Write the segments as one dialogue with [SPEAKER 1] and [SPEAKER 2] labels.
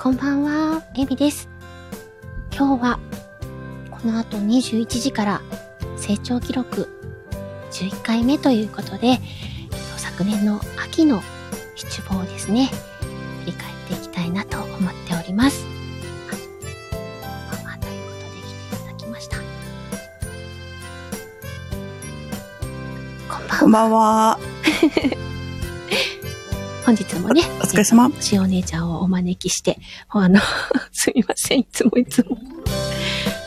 [SPEAKER 1] こんばんは、エビです。今日は、この後21時から、成長記録11回目ということで、えっと昨年の秋の七望ですね、振り返っていきたいなと思っております。はい。こんばんはということで来ていただきました。こんばんは
[SPEAKER 2] こんばんは。
[SPEAKER 1] 本日もね、
[SPEAKER 2] お疲れ様。
[SPEAKER 1] しお姉ちゃんをお招きして、あの、 すみません、いつもいつも。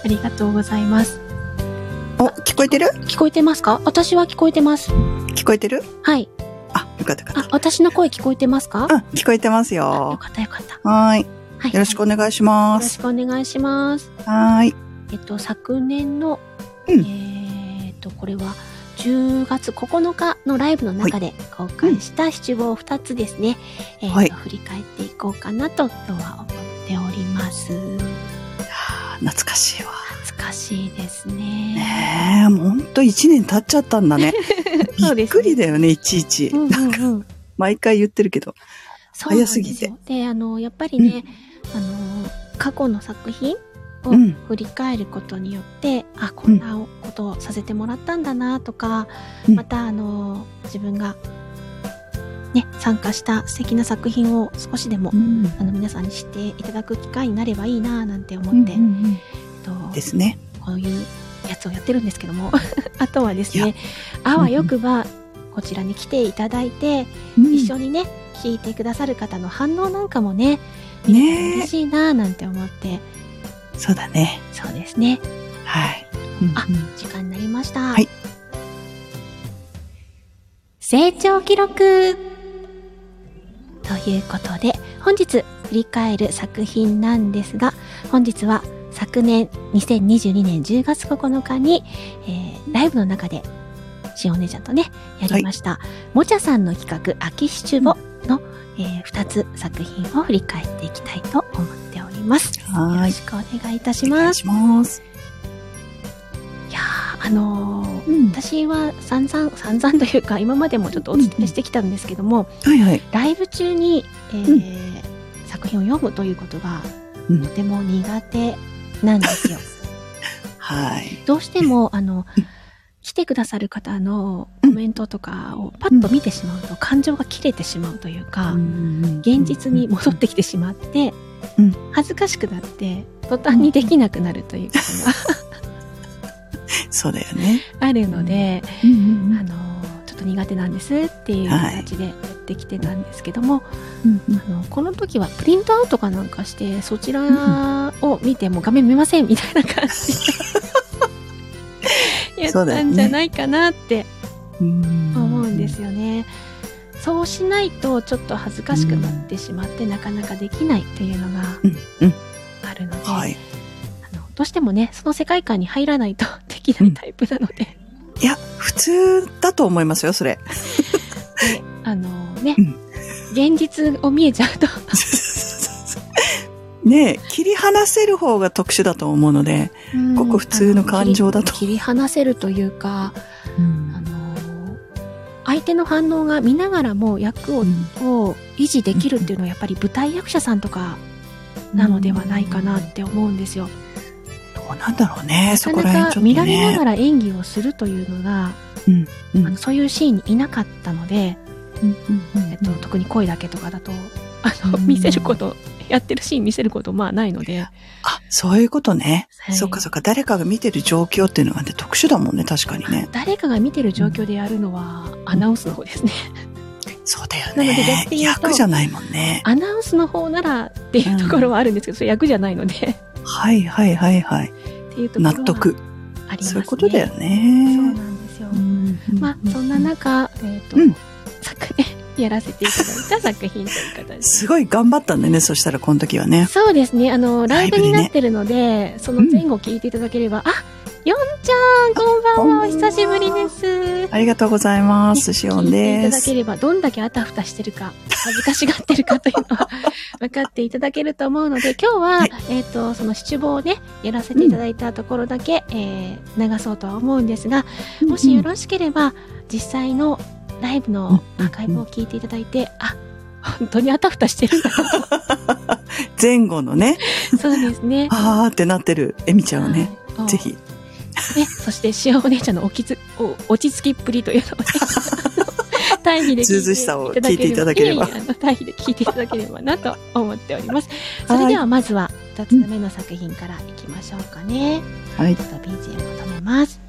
[SPEAKER 1] ありがとうございます。
[SPEAKER 2] お、聞こえてる
[SPEAKER 1] 聞こえてますか私は聞こえてます。
[SPEAKER 2] 聞こえてる
[SPEAKER 1] はい。
[SPEAKER 2] あ、よかったよかっ
[SPEAKER 1] あ、私の声聞こえてますか
[SPEAKER 2] た。うん、聞こえてます
[SPEAKER 1] あよ
[SPEAKER 2] よ。
[SPEAKER 1] かったよかった。
[SPEAKER 2] はーい。
[SPEAKER 1] はい。
[SPEAKER 2] よろしく
[SPEAKER 1] よ
[SPEAKER 2] お願いしま
[SPEAKER 1] ろ
[SPEAKER 2] す
[SPEAKER 1] し。くお願いします。
[SPEAKER 2] はーい。
[SPEAKER 1] えっと、昨年の、
[SPEAKER 2] うん
[SPEAKER 1] えーっと、これは、10月9日のライブの中で公開した七望2つですね。えーっと
[SPEAKER 2] はい
[SPEAKER 1] 振り返っていこうかなと、今日は思っております。
[SPEAKER 2] 懐かしいわ。
[SPEAKER 1] 懐かしいです
[SPEAKER 2] ねえ、もうほんと一年経っちゃったんだね。
[SPEAKER 1] そうですね
[SPEAKER 2] びっくりだよね、いちいち
[SPEAKER 1] う。んうん うん、
[SPEAKER 2] 毎回言ってるけど。
[SPEAKER 1] そうなんです
[SPEAKER 2] 早すぎて
[SPEAKER 1] よ。で、あの、やっぱりね、あの、過去の作品を
[SPEAKER 2] うん
[SPEAKER 1] 振り返ることによって、あ、こんなことをさせてもらったんだなとか、
[SPEAKER 2] うん
[SPEAKER 1] また、あの、自分が、ね、参加した素敵な作品を少しでも、
[SPEAKER 2] うん。
[SPEAKER 1] あの、皆さんに知っていただく機会になればいいななんて思
[SPEAKER 2] うん
[SPEAKER 1] って、
[SPEAKER 2] うんうん
[SPEAKER 1] えっと
[SPEAKER 2] ですね。
[SPEAKER 1] こういうやつをやってるんですけども、 あとはです
[SPEAKER 2] いや
[SPEAKER 1] ね、あわよくば、こちらに来ていただいて、一緒にね聞いてくださる方の反応なんかもね
[SPEAKER 2] うん
[SPEAKER 1] 嬉
[SPEAKER 2] ね
[SPEAKER 1] しいなぁなんて思って
[SPEAKER 2] え。そうだね。
[SPEAKER 1] そうですね
[SPEAKER 2] はい。うん
[SPEAKER 1] あ時間になりました、
[SPEAKER 2] はい
[SPEAKER 1] 成長記録ということで本日振り返る作品なんですが本日は昨年2022年10月9日に、えーライブの中でしお姉ちゃんとねやりました、もちゃさんの企画「秋シチュボ」の、え2つ作品を振り返っていきたいと思っております。
[SPEAKER 2] うん
[SPEAKER 1] よ
[SPEAKER 2] は
[SPEAKER 1] ろ
[SPEAKER 2] ーい。
[SPEAKER 1] しくお願いいたし
[SPEAKER 2] お願
[SPEAKER 1] ま
[SPEAKER 2] い
[SPEAKER 1] す。
[SPEAKER 2] します。
[SPEAKER 1] いやーあのー
[SPEAKER 2] うん。
[SPEAKER 1] 私は散々、散々というか、今までもちょっとお伝えしてきたんですけども、
[SPEAKER 2] はいはい。
[SPEAKER 1] ライブ中に、えー作品を読むということが、
[SPEAKER 2] うん
[SPEAKER 1] とても苦手なん ですよ。
[SPEAKER 2] はい。
[SPEAKER 1] どうしても、あの
[SPEAKER 2] うん、
[SPEAKER 1] 来てくださる方のコメントとかをパッと見てしまうと、感情が切れてしまうというか、現
[SPEAKER 2] 現
[SPEAKER 1] 実に戻ってきてしまって、
[SPEAKER 2] うん
[SPEAKER 1] 恥ずかしくなって、途端にできなくなるということ
[SPEAKER 2] そうだよね。
[SPEAKER 1] があるので、
[SPEAKER 2] うん
[SPEAKER 1] あのちょっと苦手なんですっていう形でやってきてたんですけども、あのこの時はプリントアウトかなんかしてそちらを見てもう画面見ませんみたいな感じ でやっ
[SPEAKER 2] そうだ
[SPEAKER 1] た
[SPEAKER 2] よね
[SPEAKER 1] んじゃないかなって思
[SPEAKER 2] 思
[SPEAKER 1] うんで。すよね。そうしないとちょっと恥ずかしくなってしまって、なかなかできないっていうのが
[SPEAKER 2] うんうん。
[SPEAKER 1] あるので、
[SPEAKER 2] はい。
[SPEAKER 1] あのどうしてもねその世界観に入らないとできないタイプなので。
[SPEAKER 2] いや、普通だと思いますよ、それ。
[SPEAKER 1] であのね、
[SPEAKER 2] うん
[SPEAKER 1] 現実を見えちゃうと
[SPEAKER 2] ねえ、切り離せる方が特殊だと思うので、ごく普通の感情だと
[SPEAKER 1] あの切り切り離せるというか、あの相手の反応が見ながらも役を,、
[SPEAKER 2] うん
[SPEAKER 1] を維持できるっていうのはやっぱり舞台役者さんとかなのではないかなって思うんですよ。
[SPEAKER 2] どうなんだろうね、そこ
[SPEAKER 1] な
[SPEAKER 2] ら辺
[SPEAKER 1] かな
[SPEAKER 2] ち
[SPEAKER 1] か
[SPEAKER 2] ょっ
[SPEAKER 1] 見
[SPEAKER 2] と
[SPEAKER 1] られな
[SPEAKER 2] ね。
[SPEAKER 1] がら演技をするというのが、
[SPEAKER 2] うんうん
[SPEAKER 1] あのそういうシーンにいなかったので、えっと、特に声だけとかだとあの、
[SPEAKER 2] うん
[SPEAKER 1] 見せることやってるシーン見せることまあないので。
[SPEAKER 2] あ、そういうことね。
[SPEAKER 1] はい
[SPEAKER 2] そっかそっか、誰かが見てる状況っていうのはね、特殊だもんね、確かにね。
[SPEAKER 1] 誰かが見てる状況でやるのはアナウンスの方ですね。
[SPEAKER 2] そうだよ
[SPEAKER 1] なので逆
[SPEAKER 2] ね。
[SPEAKER 1] に言うと
[SPEAKER 2] 役じゃないもんね。
[SPEAKER 1] アナウンスの方ならっていうところはあるんですけど、それ役じゃないのでっ
[SPEAKER 2] はいはいはいはい。
[SPEAKER 1] ていうところは
[SPEAKER 2] 納得。
[SPEAKER 1] ありますね。
[SPEAKER 2] そういうことだよ
[SPEAKER 1] そうな
[SPEAKER 2] ね。
[SPEAKER 1] んですよ。
[SPEAKER 2] うん
[SPEAKER 1] まあそんな中、えっ、と、
[SPEAKER 2] うん
[SPEAKER 1] 昨年やらせていただいた作品という形です。
[SPEAKER 2] すごい頑張ったんだよね、そしたらこの時はね。
[SPEAKER 1] そうですね。あのラ
[SPEAKER 2] ラ
[SPEAKER 1] イ
[SPEAKER 2] イ
[SPEAKER 1] ブ
[SPEAKER 2] ブ
[SPEAKER 1] に
[SPEAKER 2] にね
[SPEAKER 1] なってるので、その前後聞いていただければ、あ、よんちゃんこんば
[SPEAKER 2] こん
[SPEAKER 1] ん
[SPEAKER 2] ばん
[SPEAKER 1] は
[SPEAKER 2] は
[SPEAKER 1] お久しぶりです。
[SPEAKER 2] ありがとうございます。し
[SPEAKER 1] 聞
[SPEAKER 2] おん
[SPEAKER 1] いていた
[SPEAKER 2] で
[SPEAKER 1] だけ
[SPEAKER 2] す。
[SPEAKER 1] れば、どんだけあたふたしてるか、恥ずかしがってるかというのは分かっていただけると思うの で、今日は、
[SPEAKER 2] はい
[SPEAKER 1] えっ、と、その七望をね、やらせていただいたところだけ、えー流そうとは思うんですが、もしよろしければ、実際のライ ブのアーカイブを聞いていただいて、あ、本当にあたふたしてるんだなと
[SPEAKER 2] 前後のね、
[SPEAKER 1] そうですね。
[SPEAKER 2] あーってなってるエミちゃんをね、
[SPEAKER 1] はい
[SPEAKER 2] ぜ。ひ。
[SPEAKER 1] ね、そして、しおお姉ちゃんのおきつ、お、落ち着きっぷりというのを ね、あの対比で聞いていただければ。
[SPEAKER 2] ずうずうしさを聞いていただければ
[SPEAKER 1] いえいえあの対比で聞いていただければなと思っております。それでは、まずは、二つ目の作品からいきましょうかね。
[SPEAKER 2] はい
[SPEAKER 1] ちょ。っと BGM を止めます。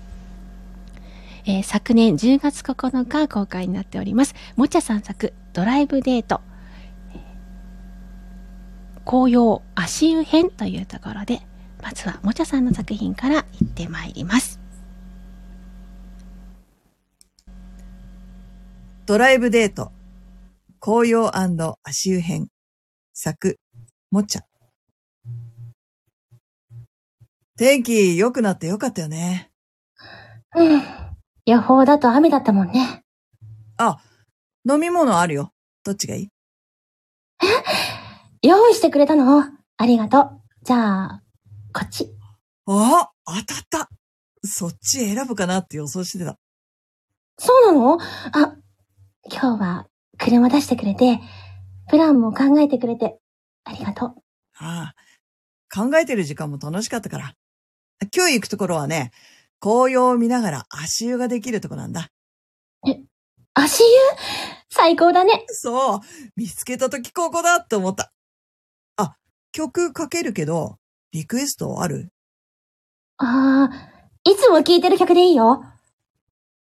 [SPEAKER 1] えー昨年10月9日公開になっております。もちゃさん作、ドライブデート。えー紅葉足湯編というところで、まずはもちゃさんの作品から行ってまいります。
[SPEAKER 3] ドライブデート。紅葉足湯編。作、もっちゃ。天気良くなってよかったよね。
[SPEAKER 4] うん。予報だと雨だったもんね。
[SPEAKER 3] あ、飲み物あるよ。どっちがいい
[SPEAKER 4] 用意してくれたのありがとう。じゃあ、こっち。
[SPEAKER 3] あ、当たった。そっち選ぶかなって予想してた。
[SPEAKER 4] そうなのあ、今日は車出してくれて、プランも考えてくれて、ありがとう。
[SPEAKER 3] ああ、考えてる時間も楽しかったから。今日行くところはね、紅葉を見ながら足湯ができるとこなんだ。
[SPEAKER 4] 足湯最高だね。
[SPEAKER 3] そう、見つけたときここだって思った。あ、曲かけるけど、リクエストある
[SPEAKER 4] ああ、いつも聴いてる曲でいいよ。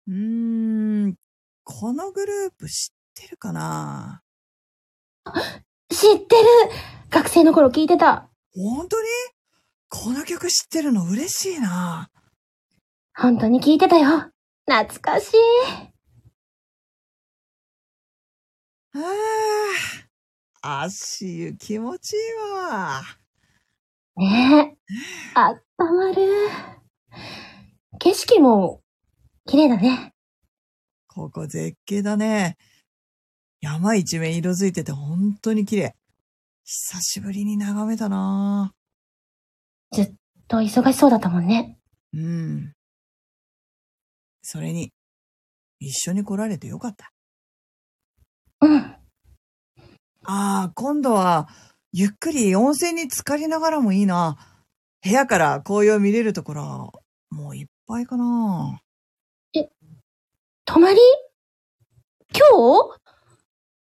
[SPEAKER 3] うーん、このグループ知ってるかな
[SPEAKER 4] 知ってる学生の頃聴いてた。
[SPEAKER 3] 本当にこの曲知ってるの嬉しいな。
[SPEAKER 4] 本当に聴いてたよ。懐かしい。
[SPEAKER 3] ああ、足湯気持ちいいわ。
[SPEAKER 4] ねえ。あったまる。景色も、綺麗だね。
[SPEAKER 3] ここ絶景だね。山一面色づいてて本当に綺麗。久しぶりに眺めたな。
[SPEAKER 4] と忙しそうだったもんね。
[SPEAKER 3] うん。それに、一緒に来られてよかった。
[SPEAKER 4] うん。
[SPEAKER 3] ああ、今度は、ゆっくり温泉に浸かりながらもいいな。部屋から紅葉見れるところ、もういっぱいかな。
[SPEAKER 4] 泊まり今日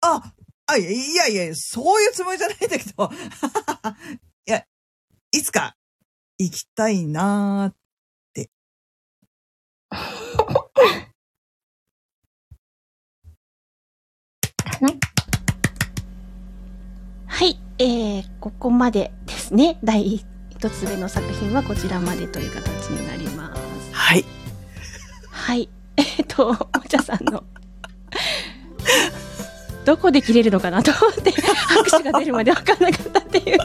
[SPEAKER 3] あ、あ、いやいやいやいや、そういうつもりじゃないんだけど。 いや、いつか行きたいなーって。
[SPEAKER 4] かな
[SPEAKER 1] はい、えー、ここまでですね。第一つ目の作品はこちらまでという形になります。
[SPEAKER 2] はい。
[SPEAKER 1] はい。えっと、お茶さんの。どこで切れるのかなと思って、拍手が出るまでわかんなかったっていう。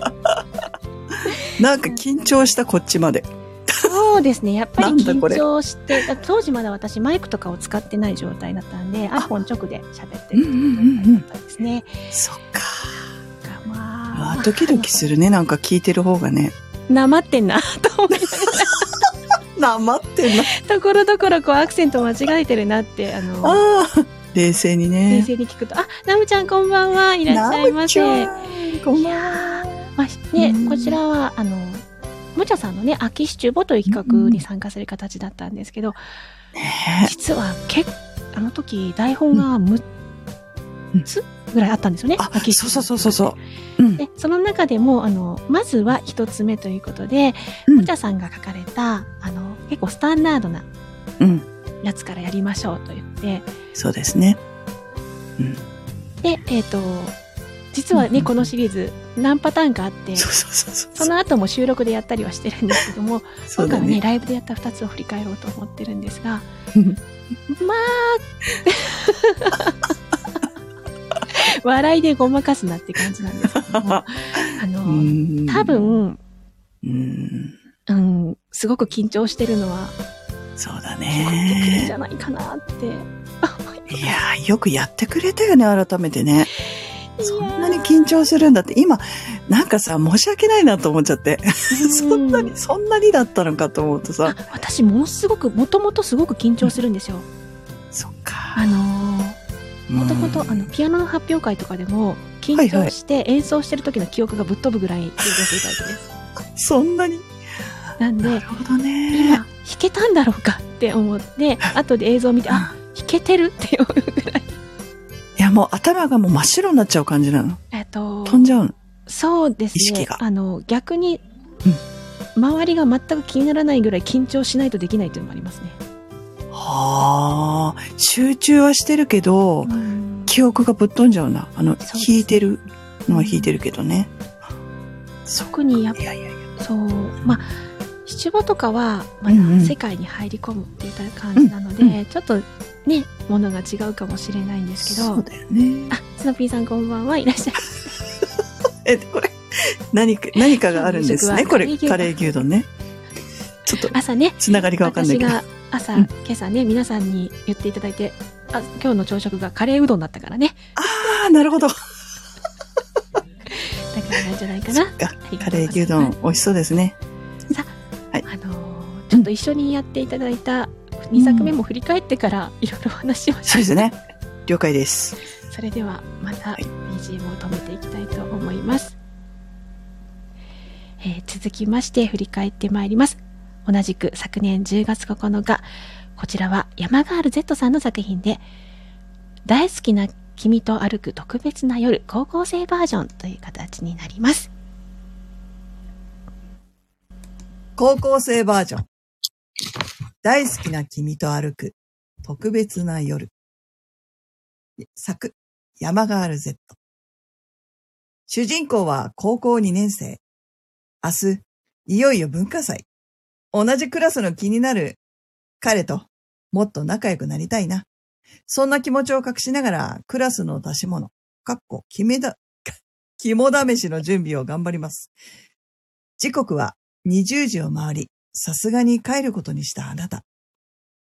[SPEAKER 2] なんか緊張したこっちまで。
[SPEAKER 1] そうですね。やっぱり
[SPEAKER 2] なんだ
[SPEAKER 1] 緊
[SPEAKER 2] これ
[SPEAKER 1] 張して、だ当時まだ私マイクとかを使ってない状態だったんで、iPhone 直で喋ってる
[SPEAKER 2] うんうんうんう
[SPEAKER 1] 状
[SPEAKER 2] ん
[SPEAKER 1] 態だったんですね。
[SPEAKER 2] そっか。
[SPEAKER 1] がま
[SPEAKER 2] あ
[SPEAKER 1] あ
[SPEAKER 2] ー、ドキドキするね。なんか聞いてる方がね。
[SPEAKER 1] なまってんな、と思いなが
[SPEAKER 2] なまってんな。
[SPEAKER 1] ら、ところどころこうアクセント間違えてるなって、あの、
[SPEAKER 2] ああ。冷静に
[SPEAKER 1] 先
[SPEAKER 2] ね。
[SPEAKER 1] 生に聞くと、あ、ナムちゃんこんばんは、いらっしゃいませ。
[SPEAKER 2] なおちゃんこん
[SPEAKER 1] い
[SPEAKER 2] ばんは
[SPEAKER 1] やー、まあ、ね
[SPEAKER 2] う、ん
[SPEAKER 1] こちらは、あの、もちゃさんのね、秋シチューボという企画に参加する形だったんですけど、
[SPEAKER 2] ね
[SPEAKER 1] 実は結あの時、台本が6
[SPEAKER 2] うん
[SPEAKER 1] つぐらいあったんですよね。
[SPEAKER 2] あ、
[SPEAKER 1] 秋シチュ
[SPEAKER 2] そう
[SPEAKER 1] ー
[SPEAKER 2] そうそうそうそう。うん。
[SPEAKER 1] で、その中でも、あの、まずは一つ目ということで、
[SPEAKER 2] うん
[SPEAKER 1] もちゃさんが書かれた、あの、結構スタンダードな
[SPEAKER 2] うん。
[SPEAKER 1] やつからやりましょうと言って、
[SPEAKER 2] そうですね。
[SPEAKER 1] で、えっ、と、実は
[SPEAKER 2] うんうんう
[SPEAKER 1] ね、
[SPEAKER 2] ん
[SPEAKER 1] このシリーズ何パターンかあって、
[SPEAKER 2] そうそうそうそう。
[SPEAKER 1] その後も収録でやったりはしてるんですけども、今
[SPEAKER 2] そうだ
[SPEAKER 1] 回はね
[SPEAKER 2] ね。
[SPEAKER 1] ライブでやった2つを振り返ろうと思ってるんですがまあ笑いでごまかすなって感じなんですけど もあの
[SPEAKER 2] うん
[SPEAKER 1] 多、分、
[SPEAKER 2] うん。
[SPEAKER 1] うん、すごく緊張してるのは
[SPEAKER 2] そうだ
[SPEAKER 1] 聞こえてくるんじ
[SPEAKER 2] ね
[SPEAKER 1] ゃ。ないかなって、
[SPEAKER 2] いやー、よくやってくれたよね、改めてね。そんなに緊張するんだって、今、なんかさ、申し訳ないなと思っちゃって。そんな
[SPEAKER 1] う
[SPEAKER 2] に、そんなにだったのかと思うと
[SPEAKER 1] あ
[SPEAKER 2] さ、
[SPEAKER 1] 私ものすごくもともとすごく緊張するんですよ。
[SPEAKER 2] そっか。
[SPEAKER 1] あのーもともと
[SPEAKER 2] うん
[SPEAKER 1] あの、ピアノの発表会とかでも緊緊
[SPEAKER 5] はいは
[SPEAKER 1] 張
[SPEAKER 5] い
[SPEAKER 1] して演奏してる時の記憶がぶっ飛ぶぐらい緊張するタイプです。
[SPEAKER 5] そんなに。
[SPEAKER 1] なん
[SPEAKER 5] な
[SPEAKER 1] で
[SPEAKER 5] る、ほど
[SPEAKER 1] 今
[SPEAKER 5] ね
[SPEAKER 1] 弾。けたんだろうかって思って、後で映像を見て、あ、弾けてるっ て思うぐらい。
[SPEAKER 5] いや、もう頭がもう真っ白になっちゃう感じなの。
[SPEAKER 1] えっと、
[SPEAKER 5] 飛んじゃうの。
[SPEAKER 1] そうです
[SPEAKER 5] 意識
[SPEAKER 1] ね
[SPEAKER 5] が。
[SPEAKER 1] あの、逆に、周りが全く気にならないぐらい緊張しないとできないというのもありますね。
[SPEAKER 5] はあ。集中はしてるけど、記憶がぶっ飛んじゃうな。あの、
[SPEAKER 1] そう
[SPEAKER 5] 弾いてるのは弾いてるけどね。
[SPEAKER 1] 特にやっ
[SPEAKER 5] いやいやいや。
[SPEAKER 1] ぱそう、まあ、七五とかは、ま
[SPEAKER 5] うんうん
[SPEAKER 1] だ世界に入り込むっていう感じなので、
[SPEAKER 5] うん
[SPEAKER 1] ちょっとね、ものが違うかもしれないんですけど、
[SPEAKER 5] そうだよね。
[SPEAKER 1] あ、スノピーさんこんばんはいらっしゃい。
[SPEAKER 5] え、これ、何か、何か があるんですね。
[SPEAKER 1] 今
[SPEAKER 5] こ
[SPEAKER 1] 日の
[SPEAKER 5] れ、
[SPEAKER 1] 夕食は
[SPEAKER 5] カレー牛丼ね。ちょっと、
[SPEAKER 1] 朝ね、
[SPEAKER 5] つながりがわかんな
[SPEAKER 1] 私
[SPEAKER 5] いけど。
[SPEAKER 1] が朝、
[SPEAKER 5] うん
[SPEAKER 1] 今朝ね、皆さんに言っていただいて、あ、今日の朝食がカレーうどんだったからね。
[SPEAKER 5] ああ、なるほど。
[SPEAKER 1] だからなんじゃないか
[SPEAKER 5] そ
[SPEAKER 1] な
[SPEAKER 5] っ。か
[SPEAKER 1] ありが
[SPEAKER 5] カ
[SPEAKER 1] とう
[SPEAKER 5] レ
[SPEAKER 1] ござ
[SPEAKER 5] ー
[SPEAKER 1] います
[SPEAKER 5] 牛丼、美味しそうですね。
[SPEAKER 1] あのーちょっと一緒にやっていただいた2作目も振り返ってからいろいろ話を
[SPEAKER 5] そう
[SPEAKER 1] しま
[SPEAKER 5] です
[SPEAKER 1] す
[SPEAKER 5] ね。了解です。
[SPEAKER 1] それではまた
[SPEAKER 5] はい
[SPEAKER 1] BGM を止めていきたいと思います、えー続きまして振り返ってまいります同じく昨年10月9日こちらは山ガール Z さんの作品で大好きな君と歩く特別な夜高校生バージョンという形になります
[SPEAKER 2] 高校生バージョン。大好きな君と歩く。特別な夜。作、山ガール Z。主人公は高校2年生。明日、いよいよ文化祭。同じクラスの気になる彼ともっと仲良くなりたいな。そんな気持ちを隠しながらクラスの出し物、かっこ、決めだ、 肝試しの準備を頑張ります。時刻は20時を回り、さすがに帰ることにしたあなた。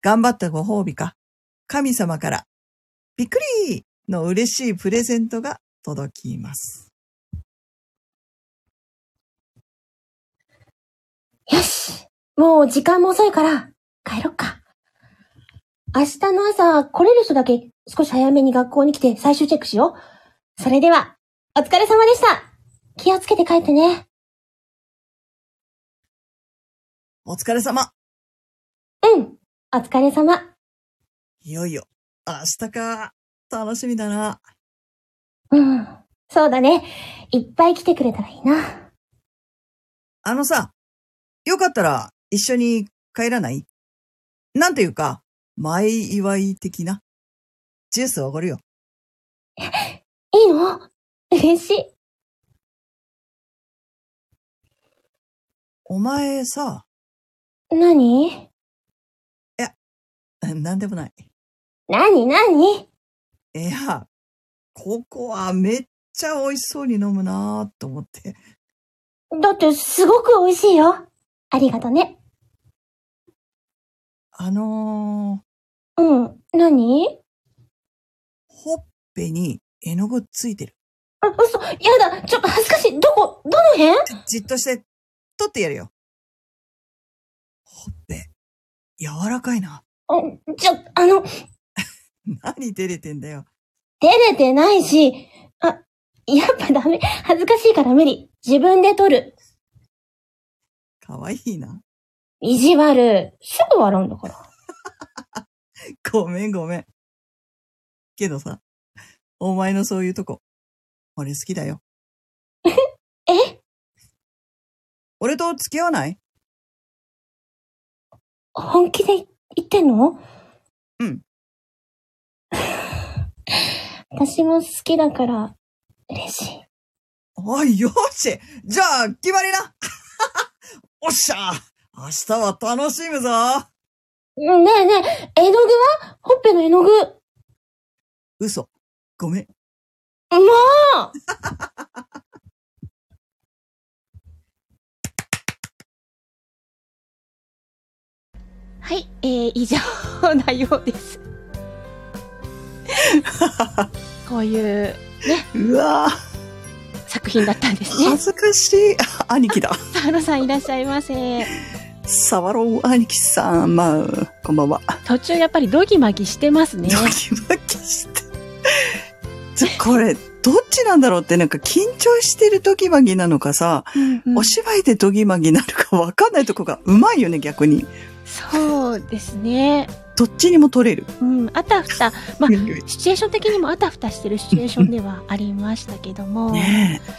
[SPEAKER 2] 頑張ったご褒美か、神様から、びっくりの嬉しいプレゼントが届きます。
[SPEAKER 4] よしもう時間も遅いから、帰ろっか。明日の朝、来れる人だけ少し早めに学校に来て最終チェックしよう。それでは、お疲れ様でした気をつけて帰ってね。
[SPEAKER 2] お疲れ様
[SPEAKER 4] うん、お疲れ様。
[SPEAKER 2] いよいよ、明日か。楽しみだな。
[SPEAKER 4] うん、そうだね。いっぱい来てくれたらいいな。
[SPEAKER 2] あのさ、よかったら一緒に帰らないなんていうか、前祝い的な。ジュースおごるよ。
[SPEAKER 4] いいの嬉しい。
[SPEAKER 2] お前さ、
[SPEAKER 4] 何
[SPEAKER 2] なんでもない。
[SPEAKER 4] 何何
[SPEAKER 2] いや、ここはめっちゃ美味しそうに飲むなーと思って。
[SPEAKER 4] だってすごく美味しいよ。ありがとね。
[SPEAKER 2] あのー、
[SPEAKER 4] うん、何
[SPEAKER 2] ほっぺに絵の具ついてる。
[SPEAKER 4] あ、嘘、やだ、ちょっと恥ずかしい。どこ、どの辺
[SPEAKER 2] じっとして、取ってやるよ。ほっぺ、柔らかいな。
[SPEAKER 4] あちょ、あの、
[SPEAKER 2] 何照れてんだよ。
[SPEAKER 4] 照れてないし、あ、やっぱダメ。恥ずかしいから無理。自分で撮る。
[SPEAKER 2] かわいいな。
[SPEAKER 4] 意地悪。すぐ笑うんだから。
[SPEAKER 2] ごめんごめん。けどさ、お前のそういうとこ、俺好きだよ。
[SPEAKER 4] え
[SPEAKER 2] 俺と付き合わない
[SPEAKER 4] 本気で言ってんの
[SPEAKER 2] うん。
[SPEAKER 4] 私も好きだから、嬉しい。
[SPEAKER 2] おい、よしじゃあ、決まりな おっしゃ明日は楽しむぞ
[SPEAKER 4] ねえねえ、絵の具はほっぺの絵の具。も
[SPEAKER 2] 嘘。ごめん。
[SPEAKER 4] う
[SPEAKER 1] はい、えー、以上なよう ですこういう
[SPEAKER 5] うわ
[SPEAKER 1] 作品だったんです
[SPEAKER 5] ー、
[SPEAKER 1] ね
[SPEAKER 5] 恥ずかしい。あ兄貴だ。
[SPEAKER 1] サロさんいらっしゃいませ
[SPEAKER 5] サワロー兄貴さん、まあ、こんばんは。
[SPEAKER 1] 途中やっぱりドギマギしてますね
[SPEAKER 5] ドキマキして。ちょこれ、
[SPEAKER 2] どっちなんだろうってなんか緊張してる時まぎなのかさ、
[SPEAKER 1] うんうん
[SPEAKER 2] お芝居でドギマギなのかわかんないとこがうまいよね、逆に。
[SPEAKER 1] そうですね。
[SPEAKER 2] どっちにも取れる。
[SPEAKER 1] うん、あたふた、まあ
[SPEAKER 2] いやいや、
[SPEAKER 1] シチュエーション的にもあたふたしてるシチュエーションではありましたけども、
[SPEAKER 2] ねえ。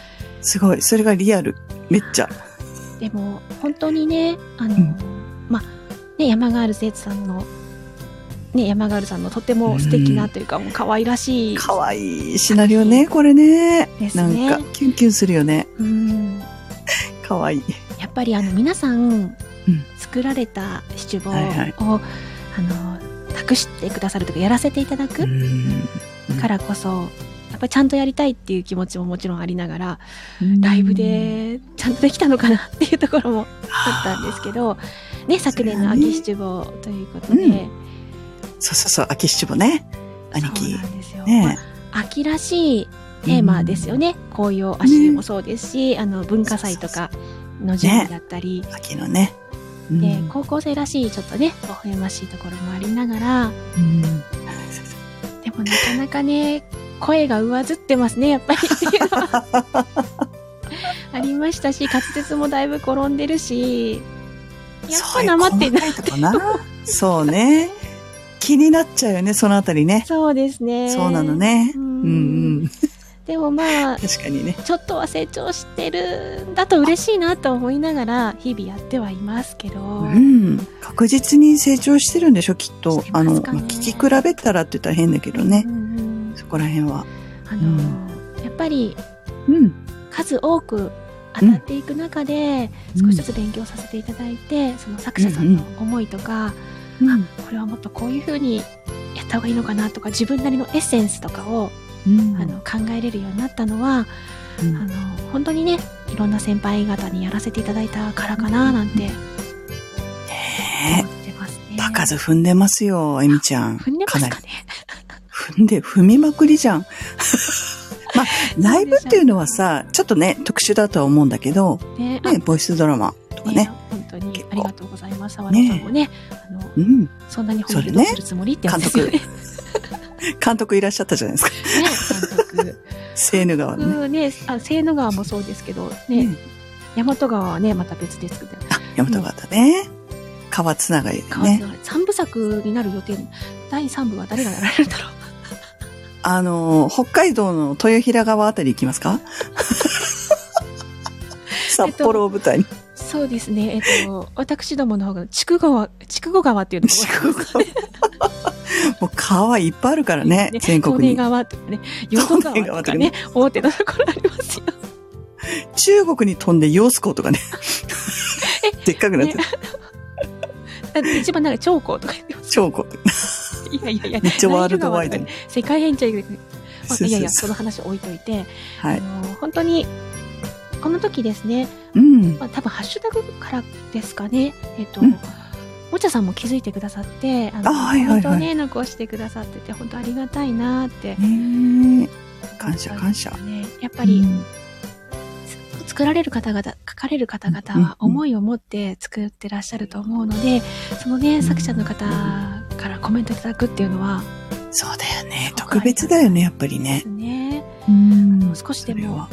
[SPEAKER 2] すごい。それがリアル。めっちゃ。
[SPEAKER 1] でも、本当にね、あの、
[SPEAKER 2] うん
[SPEAKER 1] まあ、ね、山ガール生徒さんの、ね、山ガールさんのとても素敵なというか、もう可愛らしい。
[SPEAKER 2] かわいいシナリオね、これね。
[SPEAKER 1] です
[SPEAKER 2] なん
[SPEAKER 1] ね
[SPEAKER 2] か、キュンキュンするよね。
[SPEAKER 1] うん。
[SPEAKER 2] かわいい。
[SPEAKER 1] やっぱりあの皆さん
[SPEAKER 2] うん
[SPEAKER 1] 作られたシチュボを、
[SPEAKER 2] はいはい
[SPEAKER 1] あの託してくださるとかやらせていただくからこそ、やっぱりちゃんとやりたいっていう気持ちももちろんありながらライブでちゃんとできたのかなっていうところもあったんですけど、ね、昨年の秋シチュボということで、
[SPEAKER 2] うんそうそうそう、秋七五ね。兄
[SPEAKER 1] そう
[SPEAKER 2] 貴。
[SPEAKER 1] なんですよ、まあ
[SPEAKER 2] ね
[SPEAKER 1] 秋らしいテーマですよね、紅葉足湯もそうですし、あの文化祭とかの準備だったり。
[SPEAKER 2] え秋のね。うん
[SPEAKER 1] で高校生らしいちょっとね微笑ましいところもありながら
[SPEAKER 2] うん
[SPEAKER 1] でもなかなかね声が上ずってますねやっ ぱりっていうのはありましたし滑舌もだいぶ転んでるしやっぱなまってない
[SPEAKER 2] そういう細かいとこな。 そうね。気になっちゃうよね、そのあたりね。
[SPEAKER 1] そうですね
[SPEAKER 2] そうなのね。
[SPEAKER 1] う
[SPEAKER 2] うんんうん。
[SPEAKER 1] でもまあ
[SPEAKER 2] 確かにね。
[SPEAKER 1] ちょっとは成長してるんだと嬉しいなと思いながら日々やってはいますけど、
[SPEAKER 2] うん。確実に成長してるんでしょ、きっと
[SPEAKER 1] して。ま
[SPEAKER 2] あ
[SPEAKER 1] すかね
[SPEAKER 2] の、まあ、聞き比べたらって言ったら変だけどね
[SPEAKER 1] う。んうん
[SPEAKER 2] そこら辺は。
[SPEAKER 1] あの、やっぱり
[SPEAKER 2] うん。
[SPEAKER 1] 数多く当たっていく中で、
[SPEAKER 2] うん
[SPEAKER 1] 少しずつ勉強させていただいて、その作者さんの思いとか、
[SPEAKER 2] うん。
[SPEAKER 1] これはもっとこういうふうにやった方がいいのかなとか自分なりのエッセンスとかを、
[SPEAKER 2] うん
[SPEAKER 1] あの考えれるようになったのは、
[SPEAKER 2] うん
[SPEAKER 1] あの本当にねいろんな先輩方にやらせていただいたからかななんて
[SPEAKER 2] ね
[SPEAKER 1] 思ってますね。
[SPEAKER 2] え、場数踏んでますよ、えみちゃん。
[SPEAKER 1] 踏んでます
[SPEAKER 2] な
[SPEAKER 1] か
[SPEAKER 2] り
[SPEAKER 1] ね
[SPEAKER 2] 踏んで、踏みまくりじゃん。 まあ、ライブっていうのはさ、ちょっとね、特殊だとは思うんだけど、
[SPEAKER 1] ねあ
[SPEAKER 2] ね、ボイスドラマとか
[SPEAKER 1] ね
[SPEAKER 2] ね。
[SPEAKER 1] 本当に
[SPEAKER 2] 結構
[SPEAKER 1] ありがとうございます。沢田さんもね、あの
[SPEAKER 2] うん。
[SPEAKER 1] そんなに褒
[SPEAKER 2] そ
[SPEAKER 1] め
[SPEAKER 2] れ
[SPEAKER 1] る
[SPEAKER 2] ね
[SPEAKER 1] するつもりってやつですよね。ね
[SPEAKER 2] 監督いらっしゃったじゃな いですか。
[SPEAKER 1] 監督。
[SPEAKER 2] セーヌ川のね。
[SPEAKER 1] うんね、あ、セーヌ川もそうですけど、ね、大和川はね、また別ですけど、
[SPEAKER 2] ヤマト川だね。川つながりで
[SPEAKER 1] 川
[SPEAKER 2] ね。
[SPEAKER 1] の三部作になる予定、第三部は誰がやられるんだろう。
[SPEAKER 2] あのー、北海道の豊平川あたり行きま すか札幌を舞台に。
[SPEAKER 1] そうですね、えっと、私どもの方が、筑後川、筑後川っていうの
[SPEAKER 2] 筑後川 もう川いっぱいあるからね、
[SPEAKER 1] ね
[SPEAKER 2] 全国
[SPEAKER 1] 利根
[SPEAKER 2] に。
[SPEAKER 1] 川とかね、横川とかね、大手のところありますよ。
[SPEAKER 2] 中国に飛んで揚子港とか ね。でっかくなってる。
[SPEAKER 1] だって一番なんか長江とか言ってます。
[SPEAKER 2] 超こ う。
[SPEAKER 1] いやいやいや、
[SPEAKER 2] めっちゃワールドワイド
[SPEAKER 1] ナ
[SPEAKER 2] に
[SPEAKER 1] イル川とかね世界変態で、まあ、いやいや、そ
[SPEAKER 2] そ
[SPEAKER 1] う
[SPEAKER 2] そうそう
[SPEAKER 1] の話置いといて、
[SPEAKER 2] は
[SPEAKER 1] あ
[SPEAKER 2] い。
[SPEAKER 1] の本当に、この時ですね、
[SPEAKER 2] うん。
[SPEAKER 1] まあ、多分ハッシュタグからですかね、えっと
[SPEAKER 2] うん
[SPEAKER 1] もちゃさんも気づいてくださってあの
[SPEAKER 2] あはいはいは
[SPEAKER 1] コメ
[SPEAKER 2] い
[SPEAKER 1] ントをね残してくださってて本当ありがたいなって
[SPEAKER 2] ねえ感謝感謝。やっ
[SPEAKER 1] ねやっぱり、作られる方々書かれる方々は
[SPEAKER 2] うんうんうん
[SPEAKER 1] 思いを持って作ってらっしゃると思うのでそのね作者の方からコメントいただくっていうのは
[SPEAKER 2] そうだよね。
[SPEAKER 1] そう
[SPEAKER 2] 特別だよね、やっぱり
[SPEAKER 1] で
[SPEAKER 2] ね。
[SPEAKER 1] すね
[SPEAKER 2] うん
[SPEAKER 1] 少しで
[SPEAKER 2] それ
[SPEAKER 1] も
[SPEAKER 2] は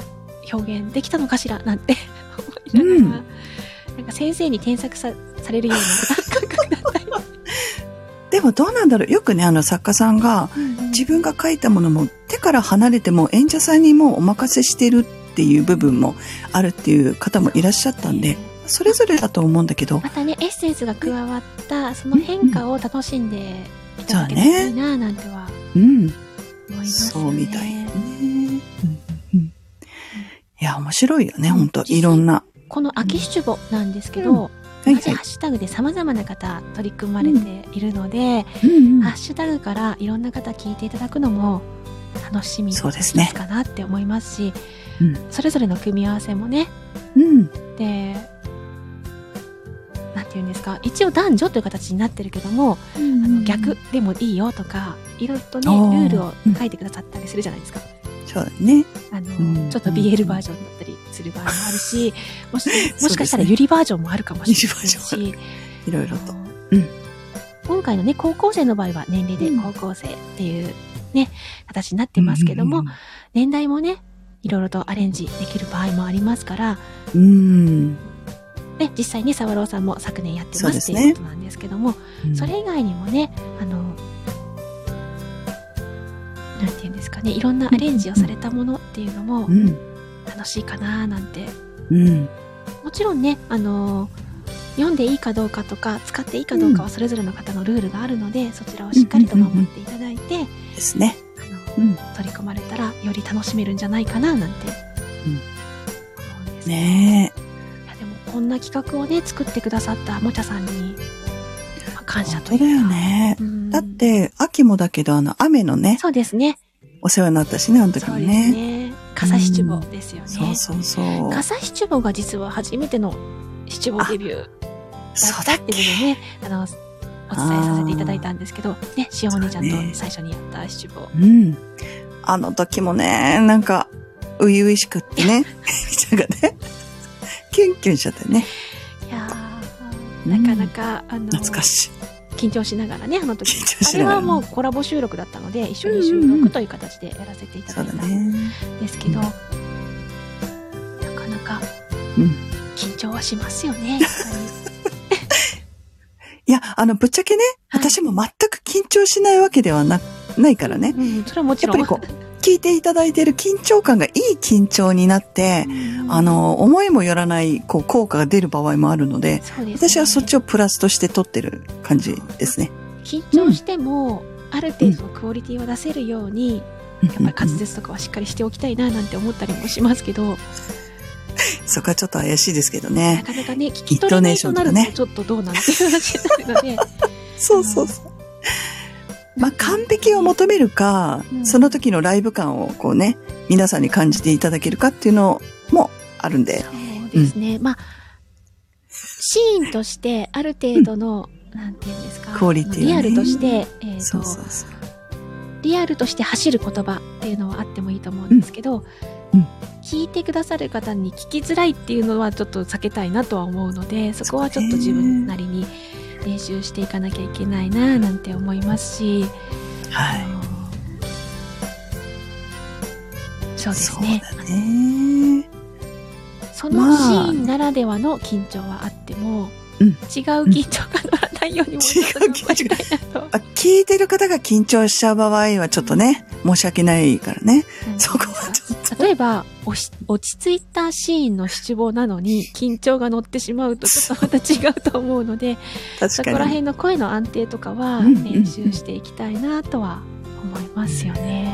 [SPEAKER 1] 表現できたのかしらなんて思いながら、なんか先生に添削さされるよう な感覚だったり、
[SPEAKER 2] でもどうなんだろう。よくね、あの作家さんが、自分が書いたものも手から離れても演者さんにもうお任せしてるっていう部分もあるっていう方もいらっしゃったんで、それぞれだと思うんだけど、
[SPEAKER 1] またねエッセンスが加わったその変化を楽しんでいただけた
[SPEAKER 2] そう
[SPEAKER 1] ら
[SPEAKER 2] ね
[SPEAKER 1] いいななんては
[SPEAKER 2] うん。
[SPEAKER 1] 思いますよね。
[SPEAKER 2] そうみたいね。うんうんうんいや、面白いよね、
[SPEAKER 1] うん
[SPEAKER 2] ほんと。いろんな。
[SPEAKER 1] この秋シチュボなんですけど、
[SPEAKER 2] はい
[SPEAKER 1] 同じ
[SPEAKER 2] はい
[SPEAKER 1] ハッシュタグで様々な方取り組まれているので、
[SPEAKER 2] うんう
[SPEAKER 1] ハ
[SPEAKER 2] ん
[SPEAKER 1] ッシュタグからいろんな方聞いていただくのも楽しみ
[SPEAKER 2] そうですね
[SPEAKER 1] かなって思いますし、
[SPEAKER 2] うん
[SPEAKER 1] それぞれの組み合わせもね、
[SPEAKER 2] うん。
[SPEAKER 1] で、なんて言うんですか、一応男女という形になってるけども、あの逆でもいいよとかいろいろとね
[SPEAKER 2] あー
[SPEAKER 1] ルールを書いてくださったりするじゃないですか、
[SPEAKER 2] そうだね。
[SPEAKER 1] あの
[SPEAKER 2] うん
[SPEAKER 1] ちょっと BL バージョンだったりする場合もある し、もしもしかしたら
[SPEAKER 2] そうですね
[SPEAKER 1] ゆりバージョンもあるかもしれないし
[SPEAKER 2] ゆいろいろと。
[SPEAKER 1] あの
[SPEAKER 2] うん
[SPEAKER 1] 今回のね高校生の場合は年齢で
[SPEAKER 2] うん
[SPEAKER 1] 高校生っていう、ねね、形になってますけども、
[SPEAKER 2] うん
[SPEAKER 1] 年代もね、いろいろとアレンジできる場合もありますから、
[SPEAKER 2] うん。
[SPEAKER 1] ね、実際にサワローさんも昨年やって
[SPEAKER 2] そ
[SPEAKER 1] ま
[SPEAKER 2] うですす
[SPEAKER 1] っ
[SPEAKER 2] ね
[SPEAKER 1] ていうことなんですけども、
[SPEAKER 2] うん
[SPEAKER 1] それ以外にもね、あの、なんていうんですかね、いろんなアレンジをされたものっていうのも
[SPEAKER 2] うん。
[SPEAKER 1] 楽しいかななんて。
[SPEAKER 2] うん。
[SPEAKER 1] もちろんね、あの、読んでいいかどうかとか、使っていいかどうかはそれぞれの方のルールがあるので、そちらをしっかりと守っていただいて、
[SPEAKER 2] です
[SPEAKER 1] あ
[SPEAKER 2] ね。う
[SPEAKER 1] の
[SPEAKER 2] ん
[SPEAKER 1] 取り込まれたらより楽しめるんじゃないかななんて
[SPEAKER 2] うん
[SPEAKER 1] 思うんです
[SPEAKER 2] ねえ。
[SPEAKER 1] いやでもこんな企画をね作ってくださったもちゃさんに、まあ感謝
[SPEAKER 2] 本
[SPEAKER 1] とい
[SPEAKER 2] 当
[SPEAKER 1] うか
[SPEAKER 2] だよね。
[SPEAKER 1] うん
[SPEAKER 2] だって、秋もだけど、あの、雨のね、
[SPEAKER 1] そうですね
[SPEAKER 2] お世話になったしね、あの時
[SPEAKER 1] そ
[SPEAKER 2] も
[SPEAKER 1] うです
[SPEAKER 2] ね。
[SPEAKER 1] ね傘七五ですよね、
[SPEAKER 2] そうそうそう。
[SPEAKER 1] 傘七五が実は初めての七五デビュー
[SPEAKER 2] そう
[SPEAKER 1] だ
[SPEAKER 2] だ
[SPEAKER 1] っ
[SPEAKER 2] って
[SPEAKER 1] いう
[SPEAKER 2] け
[SPEAKER 1] のでねあのお伝えさせていただいたんですけどねしおお姉ちゃんと最初にやった七五、
[SPEAKER 2] うん。あの時もね、なんか、初々しくってね、みちゃんがね、キュンキュンしちゃってね、
[SPEAKER 1] いやー
[SPEAKER 2] うん
[SPEAKER 1] なかなか、あの
[SPEAKER 2] 懐かしい。
[SPEAKER 1] 緊張しながらねあの時
[SPEAKER 2] 緊張
[SPEAKER 1] あ
[SPEAKER 2] し
[SPEAKER 1] れ
[SPEAKER 2] ながら
[SPEAKER 1] は
[SPEAKER 2] ね
[SPEAKER 1] もうコラボ収録だったので一緒に収録という形でやらせていた
[SPEAKER 2] そ
[SPEAKER 1] だ
[SPEAKER 2] う
[SPEAKER 1] い
[SPEAKER 2] だ
[SPEAKER 1] た
[SPEAKER 2] ね。
[SPEAKER 1] んですけど、
[SPEAKER 2] うん
[SPEAKER 1] なかなか
[SPEAKER 2] うん
[SPEAKER 1] 緊張はしますよねやっぱり
[SPEAKER 2] いや、あの、ぶっちゃけね、
[SPEAKER 1] はい
[SPEAKER 2] 私も全く緊張しないわけではな、ないからね。
[SPEAKER 1] うん、それはもち
[SPEAKER 2] やっ
[SPEAKER 1] ろん
[SPEAKER 2] ぱりこう、聞いていただいてる緊張感がいい緊張になって、
[SPEAKER 1] うん
[SPEAKER 2] あの、思いもよらない、こう、効果が出る場合もあるので、
[SPEAKER 1] そうですね
[SPEAKER 2] 私はそっちをプラスとして取ってる感じですね。
[SPEAKER 1] 緊張しても、ある程度クオリティを出せるように、やっぱり滑舌とかはしっかりしておきたいななんて思ったりもしますけど、
[SPEAKER 2] そこはちょっと怪しいですけど
[SPEAKER 1] な
[SPEAKER 2] ね。
[SPEAKER 1] かなかね、聞き取れないとなる
[SPEAKER 2] イントネーショ
[SPEAKER 1] と
[SPEAKER 2] ンとかね
[SPEAKER 1] ちょっとどうなんていう話になるの で、
[SPEAKER 2] そうそうそう。まあ、完璧を求めるか、
[SPEAKER 1] うん
[SPEAKER 2] その時のライブ感をこうね、皆さんに感じていただけるかっていうのもあるんで。
[SPEAKER 1] そうですね。まあ、シーンとして、ある程度の、なんていうんですか、
[SPEAKER 2] クオリティをね
[SPEAKER 1] リアルとして、えーと
[SPEAKER 2] そうそうそう。
[SPEAKER 1] リアルとして走る言葉っていうのはあってもいいと思うんですけど、
[SPEAKER 2] うんうん
[SPEAKER 1] 聞いてくださる方に聞きづらいっていうのはちょっと避けたいなとは思うので、そこはちょっと自分なりに練習していかなきゃいけないなぁなんて思いますし、
[SPEAKER 2] はい。
[SPEAKER 1] そうです
[SPEAKER 2] そう
[SPEAKER 1] ね。
[SPEAKER 2] だね。
[SPEAKER 1] そのシーンならではの緊張はあっても、
[SPEAKER 2] うん
[SPEAKER 1] 違う緊張が乗らないようにもちょっと頑張りたいなと。
[SPEAKER 2] あ聞いてる方が緊張しちゃう場合はちょっとね、申し訳ないからね。そこはちょっと。
[SPEAKER 1] 例えば、おし落ち着いたシーンの七望なの に、緊張が乗ってしまうと、ちょっとまた違うと思うので、そ
[SPEAKER 2] 確
[SPEAKER 1] こら
[SPEAKER 2] かに。
[SPEAKER 1] 辺の声の安定とかは
[SPEAKER 2] うんうんうん
[SPEAKER 1] 練習していきたいなとは思いますよね。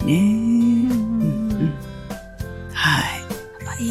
[SPEAKER 1] うん
[SPEAKER 2] ね
[SPEAKER 1] うんうん
[SPEAKER 2] うんはい。
[SPEAKER 1] やっぱり、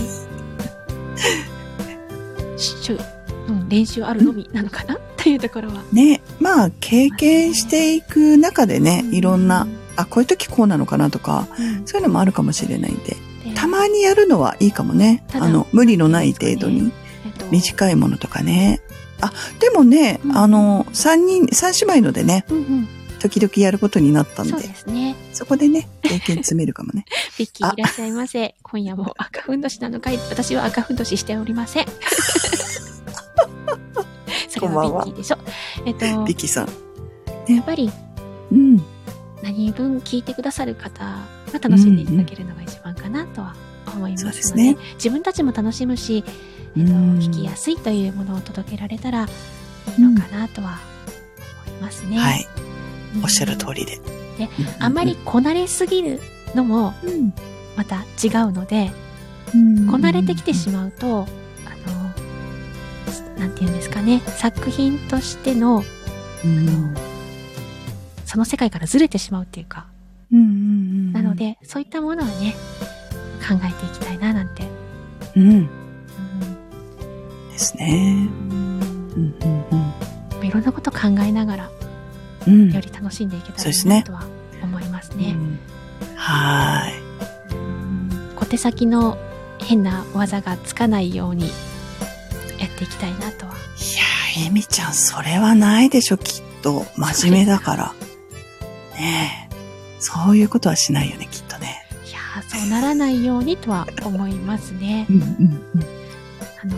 [SPEAKER 1] しゅうん練習あるのみなのかな っていうところは。
[SPEAKER 2] ね、まあ、経験していく中でね、いろんな、あ、こういう時こうなのかなとか、
[SPEAKER 1] うん。
[SPEAKER 2] そういうのもあるかもしれないんで。
[SPEAKER 1] で
[SPEAKER 2] たまにやるのはいいかもね。
[SPEAKER 1] ただ
[SPEAKER 2] あの、無理のない程度
[SPEAKER 1] そう
[SPEAKER 2] に。
[SPEAKER 1] えっと
[SPEAKER 2] 短いものとかね。あ、でもね、
[SPEAKER 1] うん
[SPEAKER 2] あの、三人、三姉妹のでね、
[SPEAKER 1] うん
[SPEAKER 2] 時々やることになった
[SPEAKER 1] うんん。そ
[SPEAKER 2] で、
[SPEAKER 1] う
[SPEAKER 2] そ
[SPEAKER 1] ですね。
[SPEAKER 2] こでね、経験詰めるか もね。
[SPEAKER 1] ビッキーいらっしゃいませ。今夜 も赤ふんどしなのかい私は赤ふんどししておりません。それはビッキーでしょ。えっと、
[SPEAKER 2] リキさん。
[SPEAKER 1] やっぱり
[SPEAKER 2] うん。
[SPEAKER 1] 何分聞いてくださる方が楽しんでいただけるのが一番かなとは思います
[SPEAKER 2] そう
[SPEAKER 1] の
[SPEAKER 2] で
[SPEAKER 1] で、
[SPEAKER 2] すね
[SPEAKER 1] 自分たちも楽しむし、
[SPEAKER 2] う
[SPEAKER 1] えっと、
[SPEAKER 2] ん
[SPEAKER 1] 聞きやすいというものを届けられたらいいのかなとは思いますね。
[SPEAKER 2] はい。
[SPEAKER 1] うん
[SPEAKER 2] おっしゃる通りで。
[SPEAKER 1] ね
[SPEAKER 2] うんうんうん
[SPEAKER 1] あんまり、こなれすぎるのも
[SPEAKER 2] うん
[SPEAKER 1] また違うので、こなれてきてしまうと、あの、なんて言うんですかね、作品としての、
[SPEAKER 2] うん
[SPEAKER 1] その世界からずれてしまうっていうか、
[SPEAKER 2] うんうん
[SPEAKER 1] なの、で、そういったものはね、考えていきたいななんて。
[SPEAKER 2] うん。
[SPEAKER 1] う
[SPEAKER 2] ですね。
[SPEAKER 1] ん
[SPEAKER 2] うんうんうん
[SPEAKER 1] いろんなこと考えながら、
[SPEAKER 2] うん
[SPEAKER 1] より楽しんでいけた
[SPEAKER 2] そうで
[SPEAKER 1] ら
[SPEAKER 2] すね
[SPEAKER 1] なとは思います
[SPEAKER 2] う
[SPEAKER 1] ね。
[SPEAKER 2] んはーい。
[SPEAKER 1] 小手先の変な技がつかないようにやっていきたいなとは。
[SPEAKER 2] いやー、エミちゃん、それはないでしょ、きっと。真面目だから。 ねえ。そういうことはしないよね、きっとね。
[SPEAKER 1] いやーそうならないようにとは思います ね。
[SPEAKER 2] うんうん
[SPEAKER 1] あの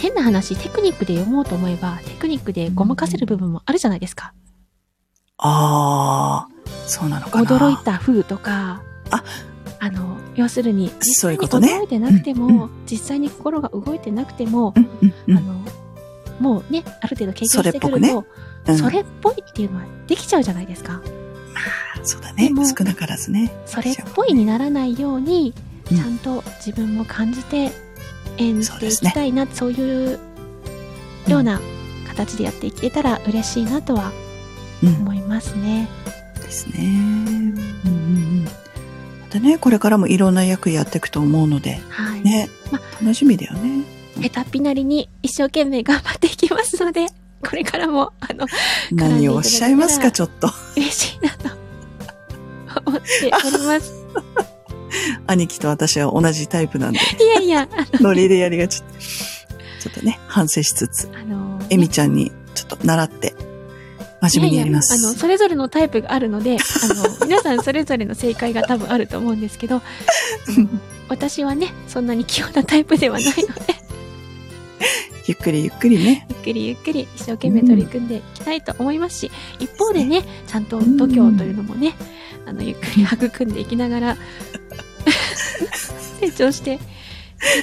[SPEAKER 1] 変な話テクニックで読もうと思えばテクニックでごまかせる部分もあるじゃないですか。
[SPEAKER 2] ああ、そうなのかな
[SPEAKER 1] 驚いた風とか、
[SPEAKER 2] あ
[SPEAKER 1] あの、要するに、
[SPEAKER 2] そういう
[SPEAKER 1] 実
[SPEAKER 2] こ
[SPEAKER 1] 際
[SPEAKER 2] と
[SPEAKER 1] に
[SPEAKER 2] ね
[SPEAKER 1] 驚いてなくても、
[SPEAKER 2] うんう
[SPEAKER 1] 実際に心が動いてなくても
[SPEAKER 2] う、んうんう
[SPEAKER 1] あ
[SPEAKER 2] ん
[SPEAKER 1] の、もうね、ある程度経験してくる
[SPEAKER 2] それっぽ
[SPEAKER 1] と、
[SPEAKER 2] うん
[SPEAKER 1] それっぽいっていうのはできちゃうじゃないですか。
[SPEAKER 2] そうだね
[SPEAKER 1] でも
[SPEAKER 2] 少なからずね
[SPEAKER 1] それっぽいにならないように、
[SPEAKER 2] うん
[SPEAKER 1] ちゃんと自分も感じて演じていきたいなそう,、いうような形でやっていけたら嬉しいなとは
[SPEAKER 2] うん
[SPEAKER 1] 思いますね。
[SPEAKER 2] ですねうんうんうんまたねこれからもいろんな役やっていくと思うので
[SPEAKER 1] はい。
[SPEAKER 2] ね
[SPEAKER 1] ま
[SPEAKER 2] 楽しみだよね
[SPEAKER 1] ペタピなりに一生懸命頑張っていきますので、これからも、あの、
[SPEAKER 2] 何をおっしゃいますかちょっと
[SPEAKER 1] 嬉しいなと思っており ます。
[SPEAKER 2] 兄貴と私は同じタイプなんで
[SPEAKER 1] いやいや、
[SPEAKER 2] ノリでやりがちちょっとね反省しつつ
[SPEAKER 1] あの、
[SPEAKER 2] エミちゃんにちょっと習って真面目にやりま
[SPEAKER 1] いやいやあの、
[SPEAKER 2] す
[SPEAKER 1] それぞれのタイプがあるので、あの、皆さんそれぞれの正解が多分あると思うんですけど、あの私はね、そんなに器用なタイプではないので、
[SPEAKER 2] ゆっくりゆっくりね
[SPEAKER 1] ゆっくりゆっくり一生懸命取り組んでいきたいと思いますし、一方でね、ちゃんと度胸というのもね、あの、ゆっくり育んでいきながら、成長してい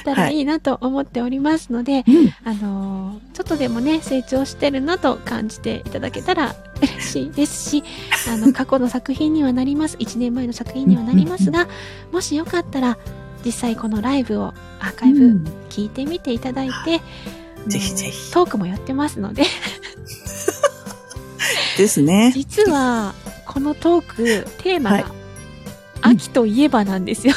[SPEAKER 1] けたらいいなと思っておりますので、
[SPEAKER 2] うん
[SPEAKER 1] あのーちょっとでもね、成長してるなと感じていただけたら嬉しいですし、あの、過去の作品にはなります。1年 前の作品にはなりますが、もしよかったら、実際このライブをアーカイブ聞いてみていただいて、あの
[SPEAKER 2] ぜひぜひ
[SPEAKER 1] トークもやってますので、
[SPEAKER 2] ですね
[SPEAKER 1] 実は、このトーク、テーマ
[SPEAKER 2] はい
[SPEAKER 1] が、
[SPEAKER 2] うん
[SPEAKER 1] 秋といえばなんですよ。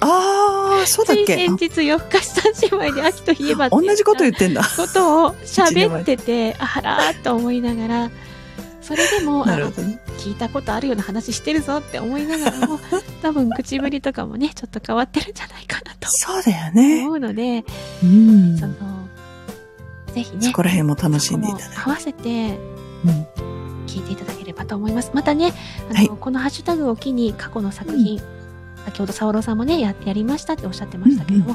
[SPEAKER 2] ああそうだっ
[SPEAKER 1] つい
[SPEAKER 2] け
[SPEAKER 1] 先日、夜更かし三姉妹で秋といえば
[SPEAKER 2] あ
[SPEAKER 1] って言
[SPEAKER 2] 同
[SPEAKER 1] った
[SPEAKER 2] じこと言ってんだ
[SPEAKER 1] ことを喋ってて、あらーっと思いながら、それでも、
[SPEAKER 2] な
[SPEAKER 1] あ
[SPEAKER 2] る
[SPEAKER 1] の
[SPEAKER 2] ほどね
[SPEAKER 1] 聞いたことあるような話してるぞって思いながら も、多分口ぶりとかもね、ちょっと変わってるんじゃないかなと
[SPEAKER 2] そうだよね
[SPEAKER 1] 思うので、
[SPEAKER 2] うん
[SPEAKER 1] その、ぜひ
[SPEAKER 2] そ
[SPEAKER 1] ね、
[SPEAKER 2] こら辺も楽しんでい
[SPEAKER 1] こ
[SPEAKER 2] た
[SPEAKER 1] こも合
[SPEAKER 2] だいて
[SPEAKER 1] わせて
[SPEAKER 2] うん、
[SPEAKER 1] 聞いていただければと思います。またね、あの、
[SPEAKER 2] はい
[SPEAKER 1] このハッシュタグを機に過去の作品、先ほどサオロさんもねや、やりましたっておっしゃってましたけども、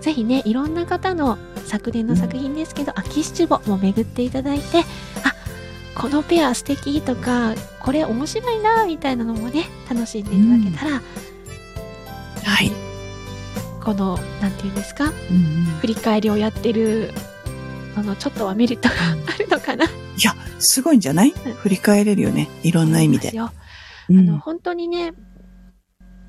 [SPEAKER 1] ぜひね、いろんな方の昨年の作品ですけど、秋七五も巡っていただいて、あ、このペア素敵とか、これ面白いな、みたいなのもね、楽しんでいただけたら、
[SPEAKER 2] はい、
[SPEAKER 1] この、なんていうんですか、
[SPEAKER 2] うんうん
[SPEAKER 1] 振り返りをやってる、あの、ちょっとはメリットがあるのかな。
[SPEAKER 2] いやすごいんじゃない
[SPEAKER 1] ん
[SPEAKER 2] 振り返れるよねいろんな意味で
[SPEAKER 1] 思いますよ
[SPEAKER 2] う
[SPEAKER 1] あの、
[SPEAKER 2] ん
[SPEAKER 1] 本当にね、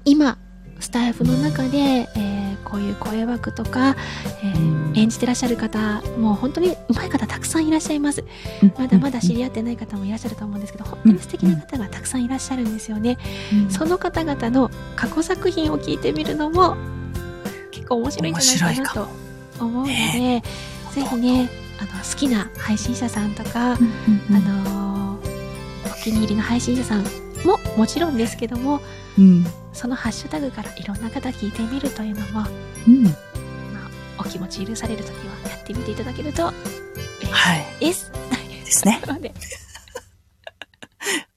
[SPEAKER 1] 今、スタイフの中で、えーこういう声枠とか、えー演じてらっしゃる方、もう本当に上手い方たくさんいらっしゃいます。まだまだ知り合ってない方もいらっしゃると思うんですけど、本当に素敵な方がたくさんいらっしゃるんですよね。
[SPEAKER 2] うん
[SPEAKER 1] その方々の過去作品を聞いてみるのも結構面白いんじゃないかなと思うので、
[SPEAKER 2] ね
[SPEAKER 1] ぜひね、あの好きな配信者さんとか、
[SPEAKER 2] うん
[SPEAKER 1] あのーお気に入りの配信者さんももちろんですけども、
[SPEAKER 2] うん
[SPEAKER 1] そのハッシュタグからいろんな方聞いてみるというのも、
[SPEAKER 2] うん
[SPEAKER 1] お気持ち許されるときはやってみていただけると
[SPEAKER 2] はい
[SPEAKER 1] です。
[SPEAKER 2] ですね
[SPEAKER 1] ということで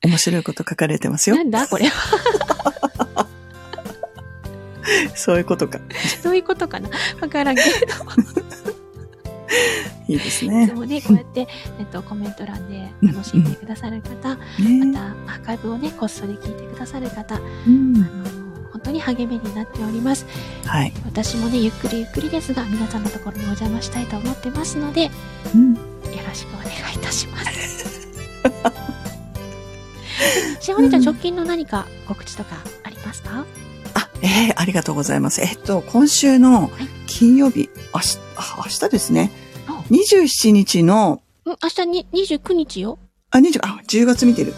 [SPEAKER 2] 面白いこと書かれてます よ
[SPEAKER 1] なんだこれは。
[SPEAKER 2] そういうことか
[SPEAKER 1] どういうことかなわからんけど。
[SPEAKER 2] いいです
[SPEAKER 1] いつ
[SPEAKER 2] ね
[SPEAKER 1] もね、こうやって、えっと、コメント欄で楽しんでくださる方、
[SPEAKER 2] ね
[SPEAKER 1] また、アーカイブをね、こっそり聞いてくださる方、あ
[SPEAKER 2] うん
[SPEAKER 1] の本当に励みになっております。
[SPEAKER 2] はい
[SPEAKER 1] 私もね、ゆっくりゆっくりですが、皆さんのところにお邪魔したいと思ってますので、よ
[SPEAKER 2] うん
[SPEAKER 1] ろしくお願いいたし ます。しほねちゃん、直近の何か告知とかありますか
[SPEAKER 2] あえーありがとうございますえっと今週の金曜日明日あ明日ですね
[SPEAKER 1] あ
[SPEAKER 2] 27日の
[SPEAKER 1] うん、明日に29日よ。
[SPEAKER 2] あ、20、あ、10月見てる。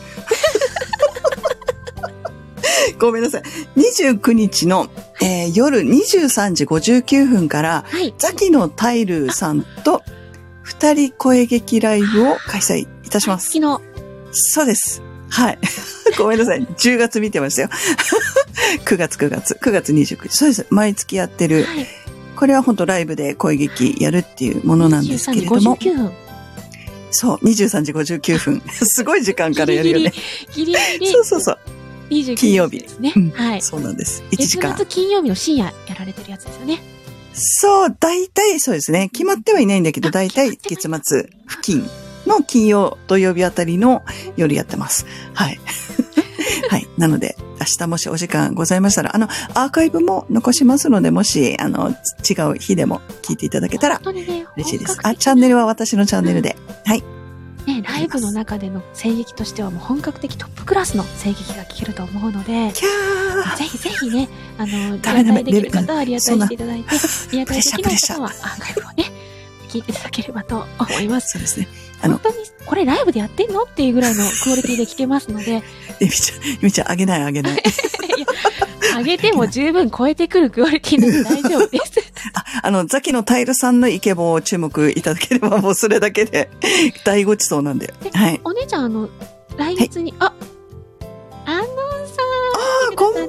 [SPEAKER 2] ごめんなさい。29日の、えー夜23時59分から、
[SPEAKER 1] はい。
[SPEAKER 2] ザキのタイルさんと二人声劇ライブを開催いたしま
[SPEAKER 1] はい
[SPEAKER 2] す
[SPEAKER 1] 月。の、
[SPEAKER 2] そうです。はい。 ごめんなさい。10月見てましたよ。9月9月、9月29日。そうです。毎月やってる。
[SPEAKER 1] はい。
[SPEAKER 2] これは本当ライブで声劇やるっていうものなんです
[SPEAKER 1] 23
[SPEAKER 2] け
[SPEAKER 1] 時
[SPEAKER 2] れど
[SPEAKER 1] 59
[SPEAKER 2] も。
[SPEAKER 1] 分。
[SPEAKER 2] そう、23時59分。 すごい時間からやるよね。
[SPEAKER 1] ギリギリ、ギリギリ、
[SPEAKER 2] そうそうそう。
[SPEAKER 1] 29
[SPEAKER 2] 金曜日
[SPEAKER 1] ですね。
[SPEAKER 2] うん
[SPEAKER 1] はい。
[SPEAKER 2] そうなんです。1時
[SPEAKER 1] 月
[SPEAKER 2] 間
[SPEAKER 1] 末。金曜日の深夜やられてるやつですよね。
[SPEAKER 2] そう、大体そうですね。決まってはいないんだけど、
[SPEAKER 1] あ
[SPEAKER 2] 大体
[SPEAKER 1] 決
[SPEAKER 2] 月
[SPEAKER 1] まっ
[SPEAKER 2] 末付 近の金曜、土曜日あたりの夜やってます。はい。はい。なので、明日もしお時間ございましたら、あの、アーカイブも残しますので、もし、あの、違う日でも聞いていただけたら
[SPEAKER 1] 本当にね、
[SPEAKER 2] 嬉しいです。あ、チャンネルは私のチャンネルで。
[SPEAKER 1] ね、ライブの中での声劇としてはもう本格的トップクラスの声劇が聞けると思うので、
[SPEAKER 2] キャー
[SPEAKER 1] ぜひぜひね、あの、
[SPEAKER 2] ダメ
[SPEAKER 1] リ
[SPEAKER 2] ダメ
[SPEAKER 1] アタイできる方はリアタ
[SPEAKER 2] そ
[SPEAKER 1] イ
[SPEAKER 2] んな
[SPEAKER 1] していた だいて、リアタイできない方はアーカイブをね、聞いていただければと思います。
[SPEAKER 2] そうですね。 あの
[SPEAKER 1] 本当に、これライブでやってんのっていうぐらいのクオリティで聞けますので、
[SPEAKER 2] えみちゃん、えみちゃん、あげないあげない。
[SPEAKER 1] 上げても十分超えてくるクオリティなので大丈夫です。
[SPEAKER 2] あ、あの、ザキのタイルさんのイケボを注目いただければ、もうそれだけで、大ごちそうなんで。はい。
[SPEAKER 1] お姉ちゃん、あの、来月に、あ、あのさ
[SPEAKER 2] あー、こんばん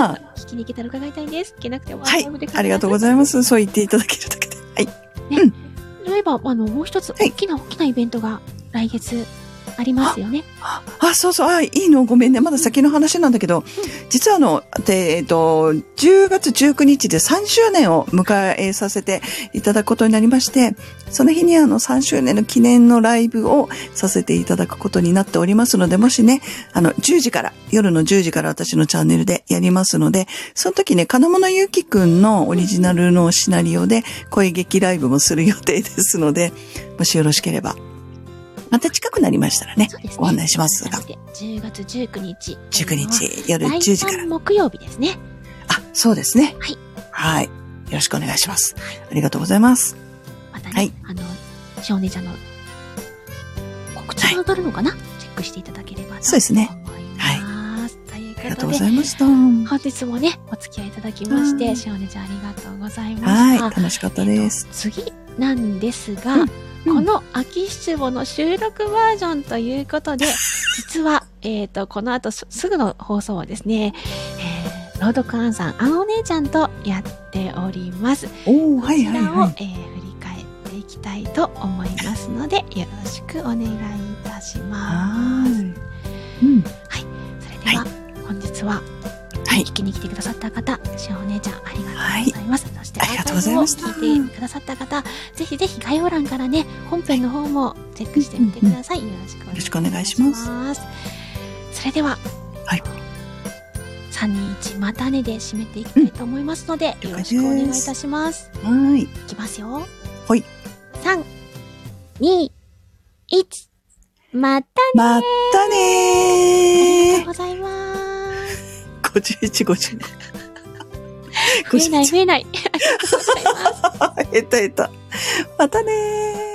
[SPEAKER 2] は。
[SPEAKER 1] 聞きに行けたら伺いたいです。聞けなくてもア
[SPEAKER 2] は
[SPEAKER 1] ー
[SPEAKER 2] い
[SPEAKER 1] カイブで。伺
[SPEAKER 2] ありがとうご
[SPEAKER 1] い
[SPEAKER 2] ざいます。そう言っていただけるだけで。はい。
[SPEAKER 1] ます。そういえば、あの、もう一つ
[SPEAKER 2] い
[SPEAKER 1] 大きな大きなイベントが来月ありますよね。
[SPEAKER 2] あ、そうそう、あ、いいの、ごめんね。まだ先の話なんだけど、実はあの、で、えっと、10月19日で3周年を迎えさせていただくことになりまして、その日にあの、3周年の記念のライブをさせていただくことになっておりますので、もしね、あの、10時から、夜の10時から私のチャンネルでやりますので、その時ね、金物ゆうきくんのオリジナルのシナリオで、声劇ライブもする予定ですので、もしよろしければ、また近くなりましたらね
[SPEAKER 1] そうですね、
[SPEAKER 2] ご案内しますが
[SPEAKER 1] なの。で10月19日。
[SPEAKER 2] 19日夜10
[SPEAKER 1] 第
[SPEAKER 2] 時から
[SPEAKER 1] 3。木曜日ですね。
[SPEAKER 2] あ、そうですね。
[SPEAKER 1] はい。
[SPEAKER 2] はい。よろしくお願いします。ありがとうございます。
[SPEAKER 1] またね、
[SPEAKER 2] はい
[SPEAKER 1] あの、しお姉ちゃんの告知が上がるのかな、チェックしていただければと思います。。
[SPEAKER 2] そうですねはい
[SPEAKER 1] という
[SPEAKER 2] ありが
[SPEAKER 1] ことと
[SPEAKER 2] うご
[SPEAKER 1] で、
[SPEAKER 2] ざいました。
[SPEAKER 1] 本日もね、お付き合いいただきまし
[SPEAKER 2] う
[SPEAKER 1] て、
[SPEAKER 2] ん
[SPEAKER 1] しお姉ちゃんありがとうございま
[SPEAKER 2] はい。
[SPEAKER 1] した。
[SPEAKER 2] 楽しかったです。
[SPEAKER 1] 次なんですが、
[SPEAKER 2] うんうん
[SPEAKER 1] この秋七五の収録バージョンということ で、実は、えっ、と、この後すすぐの放送はですね、えー、朗読アンさん、あんお姉ちゃんとやっております。
[SPEAKER 2] おお
[SPEAKER 1] こ
[SPEAKER 2] はい
[SPEAKER 1] ち
[SPEAKER 2] はい
[SPEAKER 1] らを、
[SPEAKER 2] はい。
[SPEAKER 1] えー振り返っていきたいと思いますので、よろしくお願いいたしま
[SPEAKER 2] は
[SPEAKER 1] す。
[SPEAKER 2] い。うん。
[SPEAKER 1] それでは、本日は、
[SPEAKER 2] はい
[SPEAKER 1] 聞きに来てくださった方、しお姉ちゃん、ありがとうございます。
[SPEAKER 2] は
[SPEAKER 1] あり
[SPEAKER 2] い。
[SPEAKER 1] がとうございます。そして
[SPEAKER 2] ありがとうございました
[SPEAKER 1] アーカイブを聞いてくださった方、ぜひぜひ概要欄からね、本編の方もチェックしてみてください。よろしくお願いします。
[SPEAKER 2] よろしくお願いします
[SPEAKER 1] それでは、
[SPEAKER 2] はい
[SPEAKER 1] 3、2、1、またねで締めていきたいと思いますので、
[SPEAKER 2] うん
[SPEAKER 1] よろしくお願いいたします。
[SPEAKER 2] はい。
[SPEAKER 1] いきますよ。
[SPEAKER 2] ほい。
[SPEAKER 1] 3、2、1、またねあ
[SPEAKER 2] また
[SPEAKER 1] りがとう
[SPEAKER 2] ね
[SPEAKER 1] ございます。
[SPEAKER 2] ー。51、50。
[SPEAKER 1] 増えない増えない。ありがとうございます。
[SPEAKER 2] 減った減った。またねー。